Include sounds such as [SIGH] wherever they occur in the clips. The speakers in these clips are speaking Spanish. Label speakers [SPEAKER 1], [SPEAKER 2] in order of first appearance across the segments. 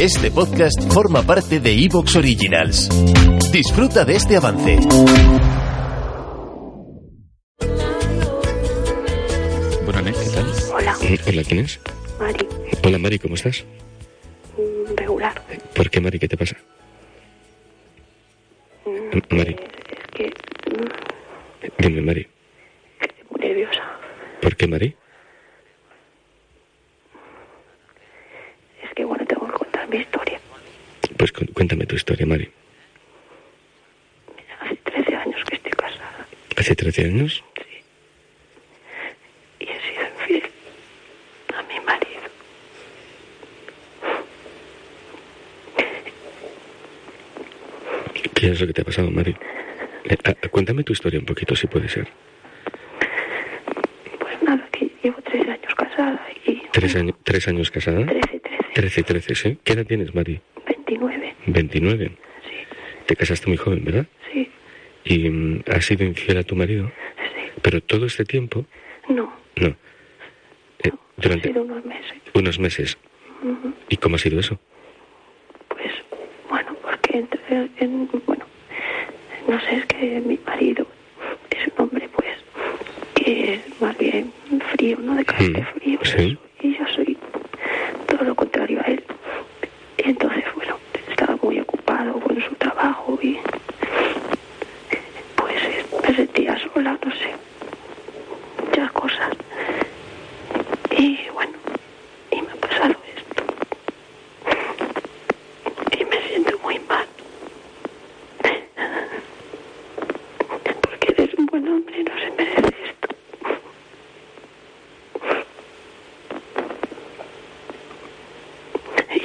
[SPEAKER 1] Este podcast forma parte de Evox Originals. Disfruta de este avance.
[SPEAKER 2] Bueno, Alex, ¿qué tal?
[SPEAKER 3] Hola,
[SPEAKER 4] Mm, Hola, ¿quién es?
[SPEAKER 3] Mari.
[SPEAKER 4] Hola, Mari, ¿cómo estás?
[SPEAKER 3] Mm, Regular.
[SPEAKER 4] ¿Por qué, Mari? ¿Qué te pasa? M- Mari,
[SPEAKER 3] Es que mm,
[SPEAKER 4] dime, Mari.
[SPEAKER 3] estoy muy nerviosa.
[SPEAKER 4] ¿Por qué, Mari?
[SPEAKER 3] Es que bueno, tengo que contar mi historia.
[SPEAKER 4] Pues cu- cuéntame tu historia, Mari.
[SPEAKER 3] Hace 13 años que estoy casada
[SPEAKER 4] Hace 13 años
[SPEAKER 3] y he sido infiel a mi marido.
[SPEAKER 4] ¿Qué es lo que te ha pasado, Mari? Eh, ah, ah, cuéntame tu historia un poquito, si puede ser.
[SPEAKER 3] Pues nada, que llevo 13 años casada y...
[SPEAKER 4] ¿Tres, año- tres años casada?
[SPEAKER 3] 13, 13,
[SPEAKER 4] 13, 13, ¿sí? ¿Qué edad tienes, Mari?
[SPEAKER 3] 29.
[SPEAKER 4] 29.
[SPEAKER 3] Sí,
[SPEAKER 4] Te casaste muy joven, ¿verdad?
[SPEAKER 3] sí,
[SPEAKER 4] ¿Y mm, has sido infiel a tu marido?
[SPEAKER 3] sí.
[SPEAKER 4] Pero todo este tiempo,
[SPEAKER 3] No,
[SPEAKER 4] no. Eh,
[SPEAKER 3] han
[SPEAKER 4] durante
[SPEAKER 3] sido unos meses.
[SPEAKER 4] unos meses. ¿Y cómo ha sido eso?
[SPEAKER 3] Pues bueno, porque entre, en- bueno, no sé, es que mi marido es un hombre pues que es más bien frío, ¿no? De carácter
[SPEAKER 4] Mm,
[SPEAKER 3] frío.
[SPEAKER 4] sí.
[SPEAKER 3] Y yo soy todo lo contrario a él. Y entonces, bueno, estaba muy ocupado con su trabajo y pues eh, me sentía sola, no sé, muchas cosas. Y bueno, y me ha pasado esto. Y me siento muy mal. [LAUGHS] Porque eres un buen hombre y no se merece esto.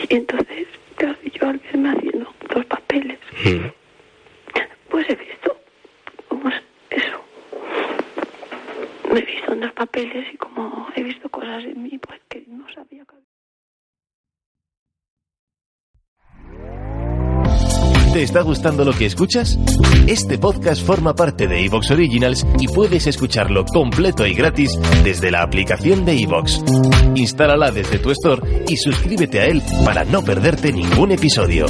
[SPEAKER 3] Y entonces, claro, yo al verme haciendo los papeles,
[SPEAKER 4] Mm.
[SPEAKER 3] pues he visto cómo es eso. Me he visto en los papeles y como he visto cosas en mí, pues que no sabía que había.
[SPEAKER 1] ¿Te está gustando lo que escuchas? Este podcast forma parte de Evox Originals y puedes escucharlo completo y gratis desde la aplicación de Evox. Instálala desde tu store y suscríbete a él para no perderte ningún episodio.